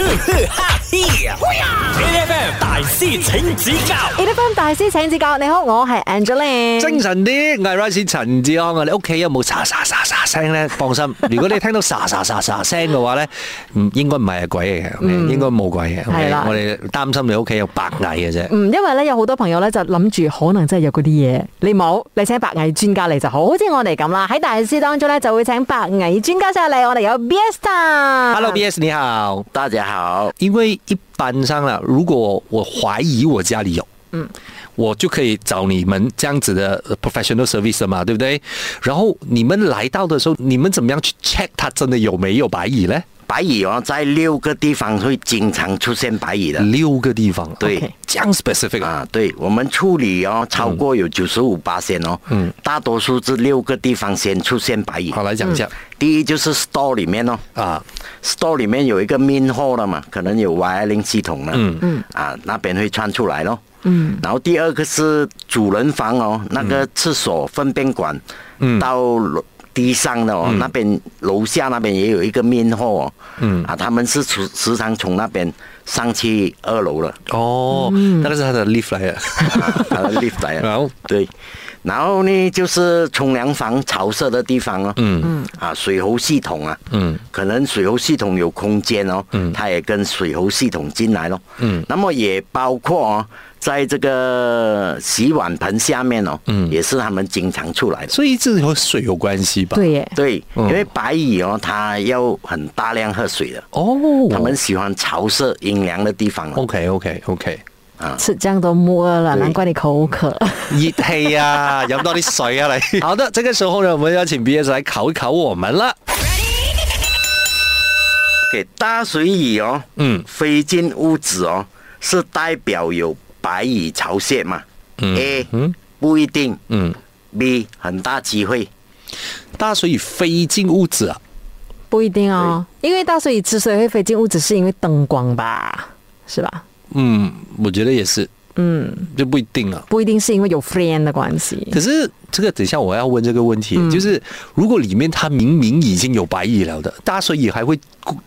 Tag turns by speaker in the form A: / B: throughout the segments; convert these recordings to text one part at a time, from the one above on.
A: 哈嘿，A.F.M. 大師請指教
B: ，A. F. M. 大師請指教。你好，我係 Angeline。
C: 精神啲，我係 Rice 陳志安啊！你屋企有冇沙沙沙沙聲咧？放心，如果你聽到沙沙沙沙聲嘅話咧，唔應該唔係鬼嚟嘅，應該冇鬼嘅。
B: 係啦
C: OK？我哋擔心你屋企有白蟻嘅啫。
B: 嗯，因為咧有好多朋友咧就諗住可能真係有嗰啲嘢，你冇，你請白蟻專家嚟就好，好似我哋咁啦。喺大師當中咧就會請白蟻專家上嚟，我哋有 B S Star。
C: Hello B.S. 你好，
D: 大家好，
C: 因為一般上啦，如果我懷疑我家裡有，嗯，我就可以找你們這樣子的呃 professional service 的嘛，對不對？然後你們來到的時候，你們怎麼樣去 check 它真的有沒有白蟻呢？
D: 白蚁哦，在六个地方会经常出现白蚁的
C: 六个地方，
D: 对
C: OK，这样 specific 啊，
D: 啊。对，我们处理哦，超过有九十五八线哦，嗯，大多数这六个地方先出现白蚁。
C: 好来讲一下、
D: 第一就是 store 里面哦，
C: 啊，
D: store 里面有一个 min hole 了嘛，可能有 wiring 系统了，嗯嗯，啊，那边会穿出来咯。嗯，然后第二个是主人房哦，那个厕所粪便管，嗯，到楼地上的哦，那边楼下那边也有一个面后哦，嗯，啊，他们是时时常从那边上去二楼了，
C: 哦，那个是他的 leaf 来的，
D: 啊，他的 lift 来
C: 然后
D: 了，对，然后呢就是冲凉房潮湿的地方哦，嗯嗯，啊，水喉系统啊，
C: 嗯，
D: 可能水喉系统有空间哦，嗯，它也跟水喉系统进来咯，嗯，那么也包括哦，在这个洗碗盆下面哦，嗯，也是他们经常出来 的。
C: 所以这和水有关系吧？，
B: 对耶，
D: 对，
C: 嗯
D: 因为白蚁哦，它要很大量喝水的，
C: 哦，
D: 它们喜欢潮湿阴凉的地方哦。
C: OK OK OK，啊
B: 吃这样多摸了，
D: 对
B: 难怪你口渴。
C: 热气 啊，饮多啲水啊你。 好的，这个时候呢，我们邀请 BS 来考一考我们了。
D: 给大水蚁哦，
C: 嗯
D: 飞进屋子哦，是代表有白蚁巢穴嘛、a 不一定，
C: 嗯，
D: ，B 很大机会，
C: 大水蚁飞进屋子啊，
B: 不一定哦，因为大水蚁之所以会飞进屋子，是因为灯光吧，是吧？
C: 嗯，我觉得也是，嗯，就不一定啊。
B: 不一定是因为有 friend 的关系。
C: 可是这个，等一下我要问这个问题，
B: 嗯
C: 就是如果里面它明明已经有白蚁了的，大水蚁还会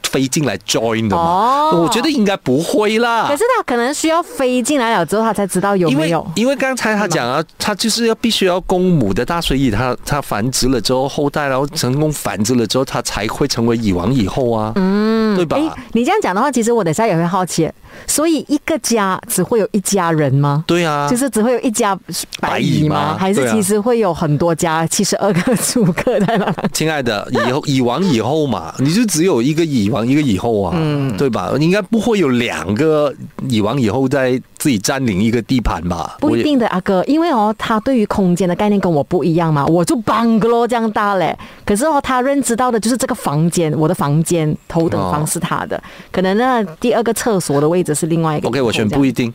C: 飞进来 join 的吗？
B: 哦
C: 我觉得应该不会啦
B: 可。是他可能需要飞进来了之后，他才知道有
C: 因
B: 没
C: 为
B: 有。
C: 因为刚才他讲啊，他就是要必须要公母的大水蚁，它它繁殖了之后后代，然后成功繁殖了之后，它才会成为蚁王以后啊，嗯，对吧？
B: 诶哎你这样讲的话，其实我等一下也会好奇，所以一个家只会有一家人吗？
C: 对啊，
B: 就是只会有一家白
C: 白蚁
B: 蚁
C: 吗
B: 吗？还
C: 对
B: 是
C: 啊
B: 其实会有很多家，七十二个、十五个在 那？
C: 亲爱的，以后蚁王以后嘛，你就只有一个蚁王，一个蚁后啊，对吧？你应该不会有两个蚁王以后在自己占领一个地盘吧？
B: 不一定的，阿哥，因为哦，他对于空间的概念跟我不一样嘛，我就 bungalow 这样大嘞。可是哦，他认知到的就是这个房间，我的房间头等
C: 哦
B: 房是他的，可能那第二个厕所的位置是另外一个。
C: 我。OK，我选不一，定。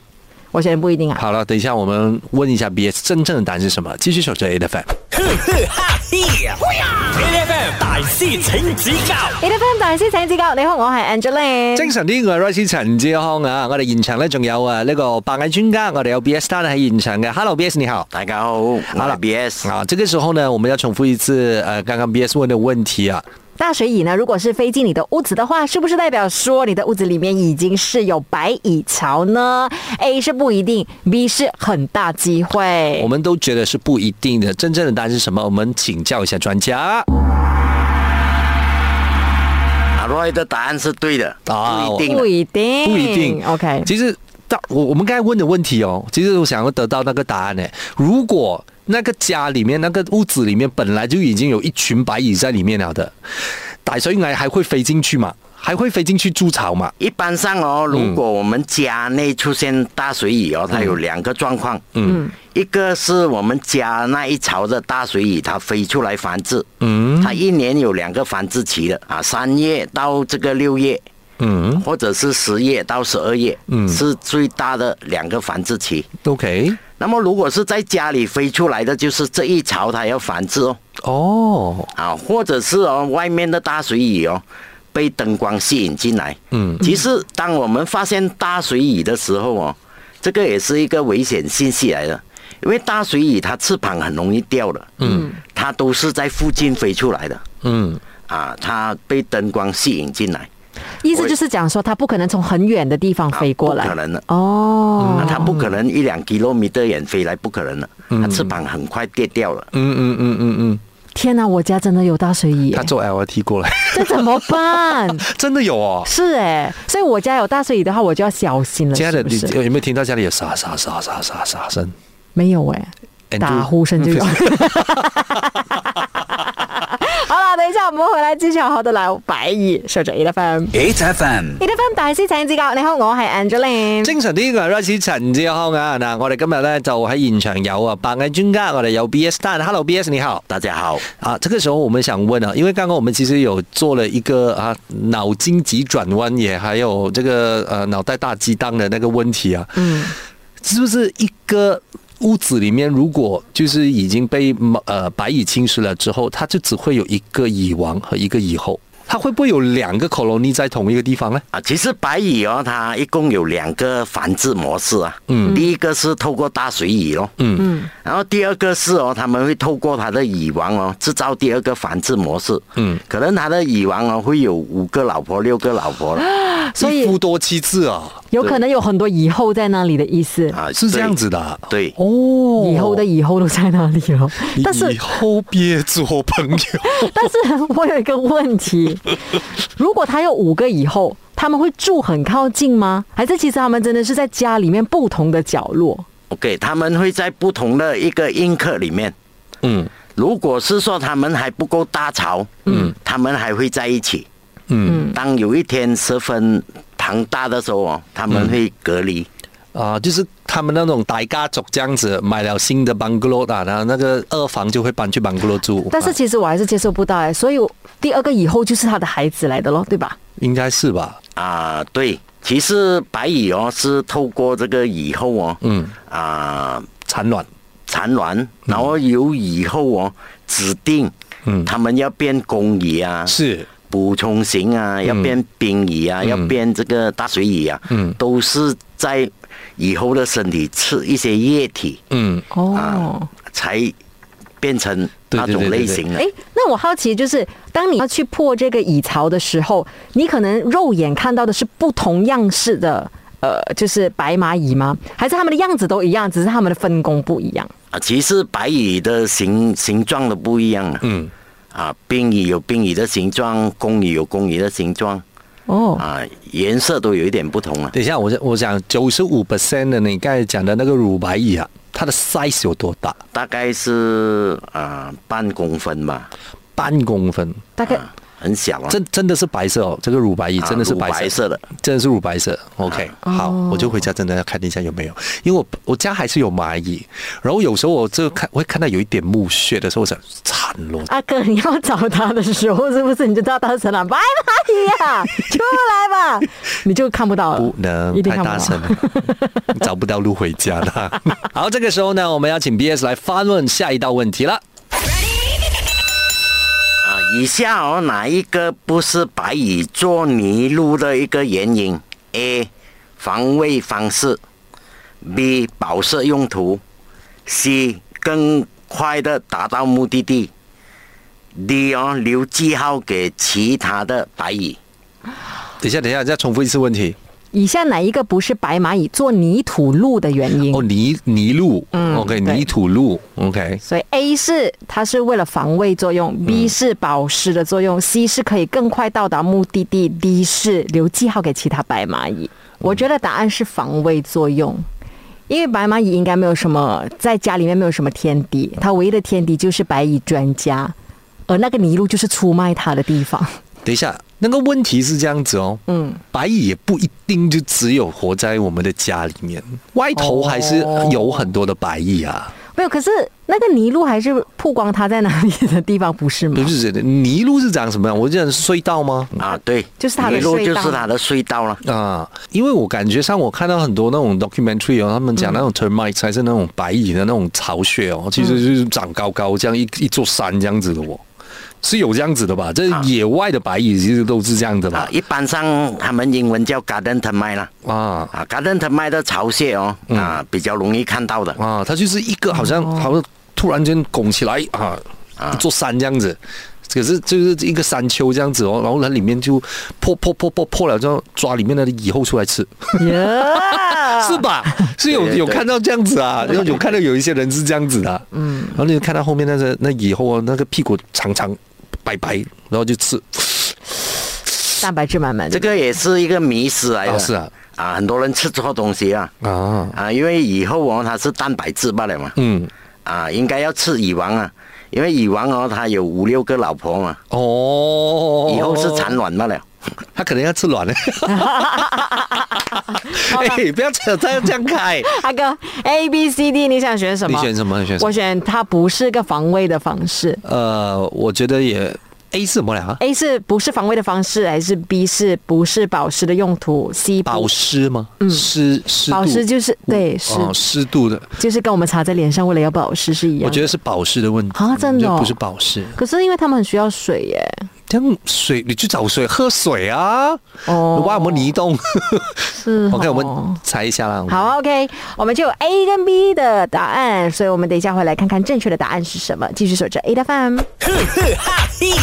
B: 我选不一定啊。
C: 好了，等一下我们问一下 BS 真正的答案是什么？继续守着 A 的 FM。
A: 哈嘿，A.F.M. 大師請指教
B: A. F. M. 大師請指教，你好，我係 Angeline。
C: 精神啲，我係 Rice 陳志康啊！我哋現場咧仲有啊呢個白藝專家，我哋有 BS 丹喺現場嘅。Hello BS 你好。
D: 大家好，我
C: 啦
D: 是 BS
C: 啊，这个时候呢，我们要重复一次呃刚刚 BS 问的问题啊。
B: 大水蚁呢，如果是飞进你的屋子的话，是不是代表说你的屋子里面已经是有白蚁巢呢？A 是不一定，B 是很大机会。
C: 我们都觉得是不一定的。真正的答案是什么？我们请教一下专家。
D: 阿 Roy 的答案是对的，
C: 啊
D: 不一定
B: 不
D: 的。
B: 一定，
C: 不一定。
B: OK，
C: 其实到我我们刚才问的问题哦，其实我想要得到那个答案呢。如果那个家里面那个屋子里面本来就已经有一群白蚁在里面了的，大水蚁还会飞进去嘛？还会飞进去筑巢嘛？
D: 一般上哦，如果我们家内出现大水蚁哦，它有两个状况，嗯，一个是我们家那一巢的大水蚁，它飞出来繁殖，嗯，它一年有两个繁殖期的啊，三月到这个六月，
C: 嗯
D: 或者是十月到十二月，嗯，是最大的两个繁殖期。
C: ，OK，
D: 那么如果是在家里飞出来的，就是这一巢它要繁殖哦，
C: 哦，
D: 啊，或者是哦外面的大水蚁哦被灯光吸引进来。
C: 嗯，
D: 其实当我们发现大水蚁的时候哦，这个也是一个危险信息来的，因为大水蚁它翅膀很容易掉的，嗯，它都是在附近飞出来的，
C: 嗯，
D: 啊，它被灯光吸引进来，
B: 意思就是讲说，它不可能从很远的地方飞过来，
D: 啊不可能的嗯啊
B: 哦。
D: 那它不可能一两 kilometer 远飞来，不可能的，它翅膀很快跌掉了。
C: 嗯嗯嗯嗯嗯，
B: 天哪，我家真的有大水蚁耶
C: 他，坐 LRT 过来，
B: 这怎么办？
C: 真的有哦。
B: 是哎，所以我家有大水蚁的话，我就要小心了，
C: 家
B: 是
C: 里
B: 不是？
C: 你有没有听到家里有沙沙沙沙沙沙声？
B: 没有哎，
C: Andrew-
B: 打呼声就有。 好了，等一下我们回来继续好好的聊白蚁，守着 E F M。
A: 8FM
B: E F M 大師請指教，你好，我係 Angeline。
C: 精神啲嘅 r i c e 陳志康啊，嗱，我哋今日咧就喺現場有啊，白藝專家，我哋有 BS 但 h e l l o BS 你好。
D: 大家好，
C: 啊，这个时候我们想问啊，因为刚刚我们其实有做了一个啊脑筋急转弯，也还有这个呃脑袋大鸡当的那个问题啊，
B: 嗯，
C: 是不是一个屋子里面如果就是已经被呃白蚁侵蚀了之后，它就只会有一个蚁王和一个蚁后，它会不会有两个 colony 在同一个地方呢？
D: 啊，其实白蚁哦，它一共有两个繁殖模式啊。嗯，第一个是透过大水蚁咯。嗯嗯。然后第二个是哦，他们会透过它的蚁王哦，制造第二个繁殖模式。嗯，可能它的蚁王哦会有五个老婆、六个老婆了
B: 所
C: 一夫
B: 以
C: 多妻制啊，
B: 有可能有很多以后在那里的意思，
D: 啊，
C: 是这样子的啊、
D: 对。对。
C: 哦，
B: 嗯以后的以后都在那里了。 但
C: 以
B: 是，
C: 后别做朋 友。
B: 但是我有一个问题，如果他有五个以后，他们会住很靠近吗？还是其实他们真的是在家里面不同的角落？
D: OK，他们会在不同的一个硬壳里面。
C: 嗯
D: 如果是说他们还不够大潮，嗯，他们还会在一起。
C: 嗯
D: 当有一天十分庞大的时候哦，他们会隔离。
C: 啊，就是他们那种大家族这样子，买了新的 bungalow 啊，然后那个二房就会搬去 bungalow 住。
B: 但是
C: 啊
B: 其实我还是接受不到哎，所以我第二个以后就是他的孩子来的咯，对吧？
C: 应该是吧？
D: 啊，对，其实白蚁哦是透过这个蚁后哦，嗯啊
C: 产卵
D: 产卵，然后由蚁后哦指定，嗯，他们要变公蚁啊，
C: 是嗯
D: 补充型啊，要变冰蚁啊，要变这个大水蚁啊，嗯，都是在蚁后的身体吃一些液体，
C: 嗯，
B: 哦。
D: 才变成
C: 对
D: 那
C: 对
D: 种
C: 对对
D: 类
C: 对
D: 型的。
B: 哎，那我好奇就是，当你要去破这个蚁巢的时候，你可能肉眼看到的是不同样式的，呃，就是白蚂蚁吗？还是它们的样子都一样，只是它们的分工不一样？
D: 啊，其实白蚁的形形状的不一样啊。
C: 嗯。
D: 啊，冰蚁有冰蚁的形状，公蚁有公蚁的形状，
B: 哦，
D: 啊，颜色都有一点不同啊。
C: 等一下，我想我想九十五 percent 的你刚才讲的那个乳白蚁啊，它的 size 有多大？
D: 大概是啊半公分吧，
C: 半公分，
B: 大概
D: 很小啊。
C: 真真的是白色哦，这个乳白蚁真的是白色，
D: 啊乳白色的，
C: 真的是乳白色。OK，、好，
B: 啊哦
C: 我就回家真的要看一下有没有，因为我我家还是有蚂蚁，然后有时候我就看我会看到有一点墓穴的时候，我想惨了，
B: 阿哥你要找它的时候，是不是你就知道它是成了白蚂蚁呀、出 来吧，你就看不到了，
C: 不能
B: 一定
C: 太
B: 看不
C: 大声
B: 到。
C: 了，找不到路回家的。好，这个时候呢，我们要请 BS 来发问下一道问题了。
D: 啊，以下哦哪一个不是白蚁做泥路的一个原因？A. 防卫方式，B. 保色用途，C. 更快的达到目的地，D. 哦留记号给其他的白蚁。
C: 等一下，等一下，再重复一次问题。
B: 以下哪一个不是白蚂蚁做泥土路的原因？
C: 哦，泥泥路、
B: 嗯
C: o k
B: 对
C: 泥土路，OK，
B: 所以 A 是它是为了防卫作用，B 是保湿的作用、c 是可以更快到达目的地，D 是留记号给其他白蚂蚁。我觉得答案是防卫作用，因为白蚂蚁应该没有什么在家里面没有什么天敌，它唯一的天敌就是白蚁专家，而那个泥路就是出卖它的地方。
C: 等一下，那个问题是这样子哦，嗯，白蚁也不一定就只有活在我们的家里面，外头还是
B: 哦
C: 有很多的白蚁啊，
B: 没有，可是那个泥路还是曝光它在哪里的地方，不是吗？
C: 不是泥路是长什么样？我讲隧道吗？
D: 啊，对，
B: 就是它的
D: 泥路
B: 隧
D: 就
B: 道
D: 是它的隧道了。
C: 啊，因为我感觉上我看到很多那种 documentary 哦，他们讲那种 termites 还是那种白蚁的那种巢穴哦，其实就是长高高这样一一座山这样子的哦，是有这样子的吧？这野外的白蚁其实都是这样的
D: 啊
C: 吧，？
D: 一般上他们英文叫 garden termite 啦，
C: 啊
D: 啊，garden termite 的巢穴哦，啊，比较容易看到的。
C: 啊啊，它就是一个好像好像突然间拱起来啊，一座山这样子。可是就是一个山丘这样子哦，然后它里面就破破破破破了之后，抓里面的蚁后出来吃，是
B: 是
C: 吧？ 是有
D: 对对
C: 有看到这样子啊，有有看到有一些人是这样子的、嗯，然后你就看到后面那个那蚁后哦，那个屁股长长白白，然后就吃，
B: 蛋白质满满的，
D: 这个也是一个迷思来的。
C: 啊是啊，
D: 啊，很多人吃错东西啊。
C: 啊，
D: 啊，因为以后哦，它是蛋白质罢了嘛。
C: 嗯，
D: 啊，应该要吃蚁王啊，因为蚁王哦，它有五六个老婆嘛，
C: 哦，
D: 以后是 产卵罢了。
C: 他可能要吃卵了。哎，不要扯，这样这样开。
B: 阿哥 A B C D，你想选什么？
C: 你选什么你选什么
B: 我选它不是个防卫的方式。
C: 呃，我觉得也 A 是什么来啊？
B: A 是不是防卫的方式，还是 B 是不是保湿的用途？C 不
C: 保湿吗？湿湿度
B: 嗯保湿就是对湿
C: 哦，湿度的，
B: 就是跟我们擦在脸上为了要保湿是一样的。
C: 我觉得是保湿的问题
B: 啊真的哦
C: 就不是保湿。
B: 可是因为他们很需要水耶，
C: 这样水，你去找水喝水啊！
B: 哦
C: 挖我们泥洞。
B: 是
C: OK，我们
B: 哦
C: 猜一下啦。
B: 好 OK，我们就有 A 跟 B 的答案，所以我们等一下回来看看正确的答案是什么。继续守着 A 的 FM。
A: 哈嘿，A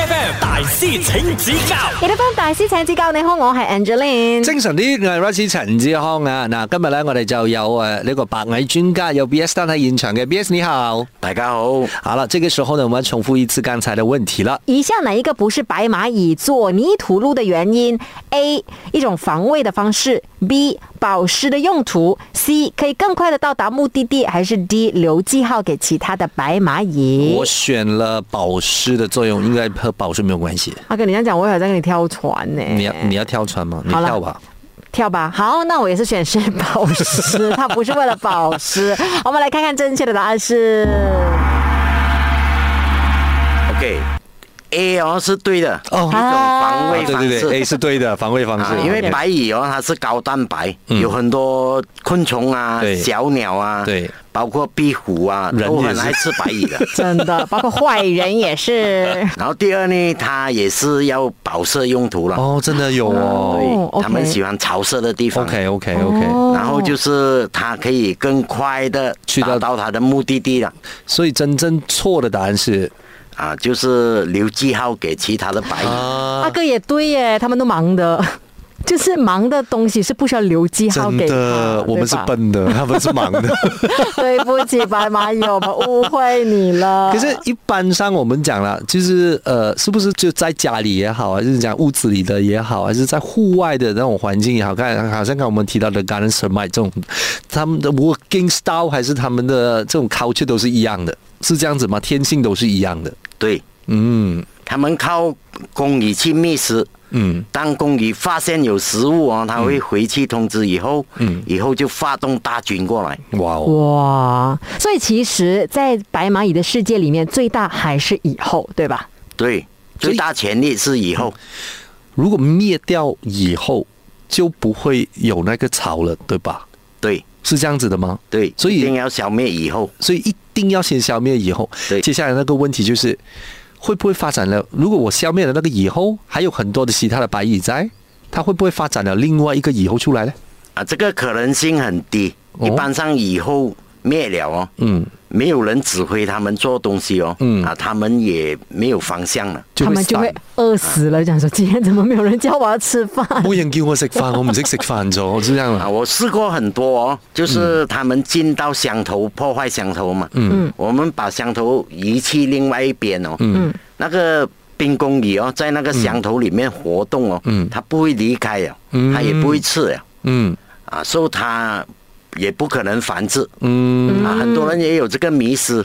A: F M 大师请指教
B: 你得翻大師請指教，你好，我係 Angeline。
C: 精神啲，我係 Rice 陳志康啊！嗱，今日咧我哋就有誒呢個白蟻專家有 BS 丹喺現場嘅，BS 你好。
D: 大家好，
C: 好了，这个时候呢，我们要重复一次刚才的问题了。
B: 以下哪一个不是白蚂蚁做泥土路的原因？A 一种防卫的方式，B 保湿的用途，C 可以更快的到达目的地，还是 D 留记号给其他的白蚂蚁
C: 我？选了保湿的作用，应该和保湿没有关系。
B: 阿哥，你这样讲，我有在跟你挑船呢、
C: 你要你要跳船吗？你
B: 嗯好了
C: 跳吧。
B: 跳吧，好，那我也是 选是保湿，它不是为了保湿。我们来看看正确的答案是
D: OK，A 哦是对的，
C: 哦
D: 一种防
C: 啊
D: 卫
C: 对
D: 方
C: 对
D: 式。
C: 对，A 是对的，防卫方
D: 啊
C: 式。，
D: 因为白蚁哦，它是高蛋白，有很多昆虫啊
C: 嗯对、
D: 小鸟啊，
C: 对，
D: 包括壁虎啊，
C: 人
D: 都
C: 也
D: 很
C: 是
D: 爱吃白蚁 的。
B: 真的，包括坏人也是。
D: 然后第二呢，它也是要保色用途了，
C: 哦，真的有
D: 嗯
C: 哦。
B: 哦，OK
D: 他们喜欢潮湿的地方。
C: OK OK OK，
B: 哦
D: 然后就是它可以更快的
C: 去到
D: 达到它的目的地了。
C: 所以真正错的答案是
D: 啊，就是留记号给其他的白 蚁。
C: 啊
B: 阿，哥也对耶，他们都忙的，就是忙的东西是不需要留记号
C: 真
B: 给他
C: 的，我们是，笨的， 他们是忙的。
B: 对吧对不起，白蚂蚁，我们误会你了。
C: 可是，一般上我们讲了，就是呃，是不是就在家里也好，还是讲屋子里的也好，还是在户外的那种环境也好，看好像刚刚我们提到的 garden s e r m i t 这种，他们的 working style 还是他们的这种 culture 都是一样的，是这样子吗？天性都是一样的。
D: 对，
C: 嗯
D: 他们靠工蚁去觅食。
C: 嗯，
D: 当工蚁发现有食物哦，它会回去通知以后，嗯，以后就发动大军过来。
C: 哇哦，
B: 哇，所以其实，在白蚂蚁的世界里面，最大还是蚁后，对吧？
D: 对，
C: 所以
D: 最大权力是以后。
C: 如果灭掉以后就不会有那个草了，对吧？
D: 对
C: 是这样子的吗？
D: 对，
C: 所以
D: 一定要消灭以后。
C: 所以一定要先消灭以后。
D: 对
C: 接下来那个问题就是，会不会发展了？如果我消灭了那个以后，还有很多的其他的白蚁在，它会不会发展了另外一个以后出来呢？
D: 啊，这个可能性很低。
C: 哦
D: 一般上以后灭了哦，
C: 嗯，
D: 没有人指挥他们做东西哦，
C: 嗯
D: 啊，他们也没有方向了。
C: 就
B: 他
C: 会
B: 们就
C: 散
B: 会 饿死了，讲说今天怎么没有人叫我要吃饭？
C: 冇人叫我食饭，我唔识食饭咗，是这样
D: 啊，
C: 啦。
D: 我试过很多哦，就是他们进到乡头破坏乡头嘛，嗯，我们把乡头移去另外一边哦，嗯，那个兵工蚁哦，在那个乡头里面活动哦，嗯，它不会离开了，嗯，它也不会吃了，
C: 嗯
D: 啊，所以它也不可能繁殖，
C: 嗯
D: 啊，很多人也有这个迷失，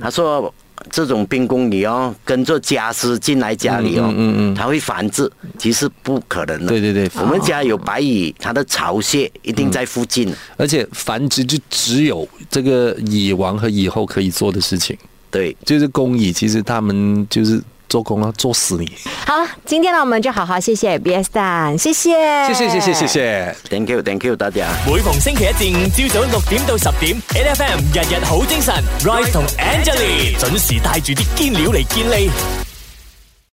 D: 他说这种兵工蚁哦，跟着家师进来家里哦，
C: 嗯嗯嗯
D: 它会繁殖，其实不可能的。
C: 对对对
D: 我们家有白蚁，它的巢穴一定在附近。
C: 而且繁殖就只有这个蚁王和蚁后可以做的事情，
D: 对，
C: 就是公蚁，其实他们就是做工啊，做死你。
B: 好了，今天呢，我们就好好谢谢 BS 蛋，谢谢，
C: 谢谢谢谢谢。谢。
D: thank you，thank you 大家。
A: 每逢星期一至五朝早六點到十點 A F M 日日好精神，Rise 同 Angelie 準時帶住啲堅料嚟健利。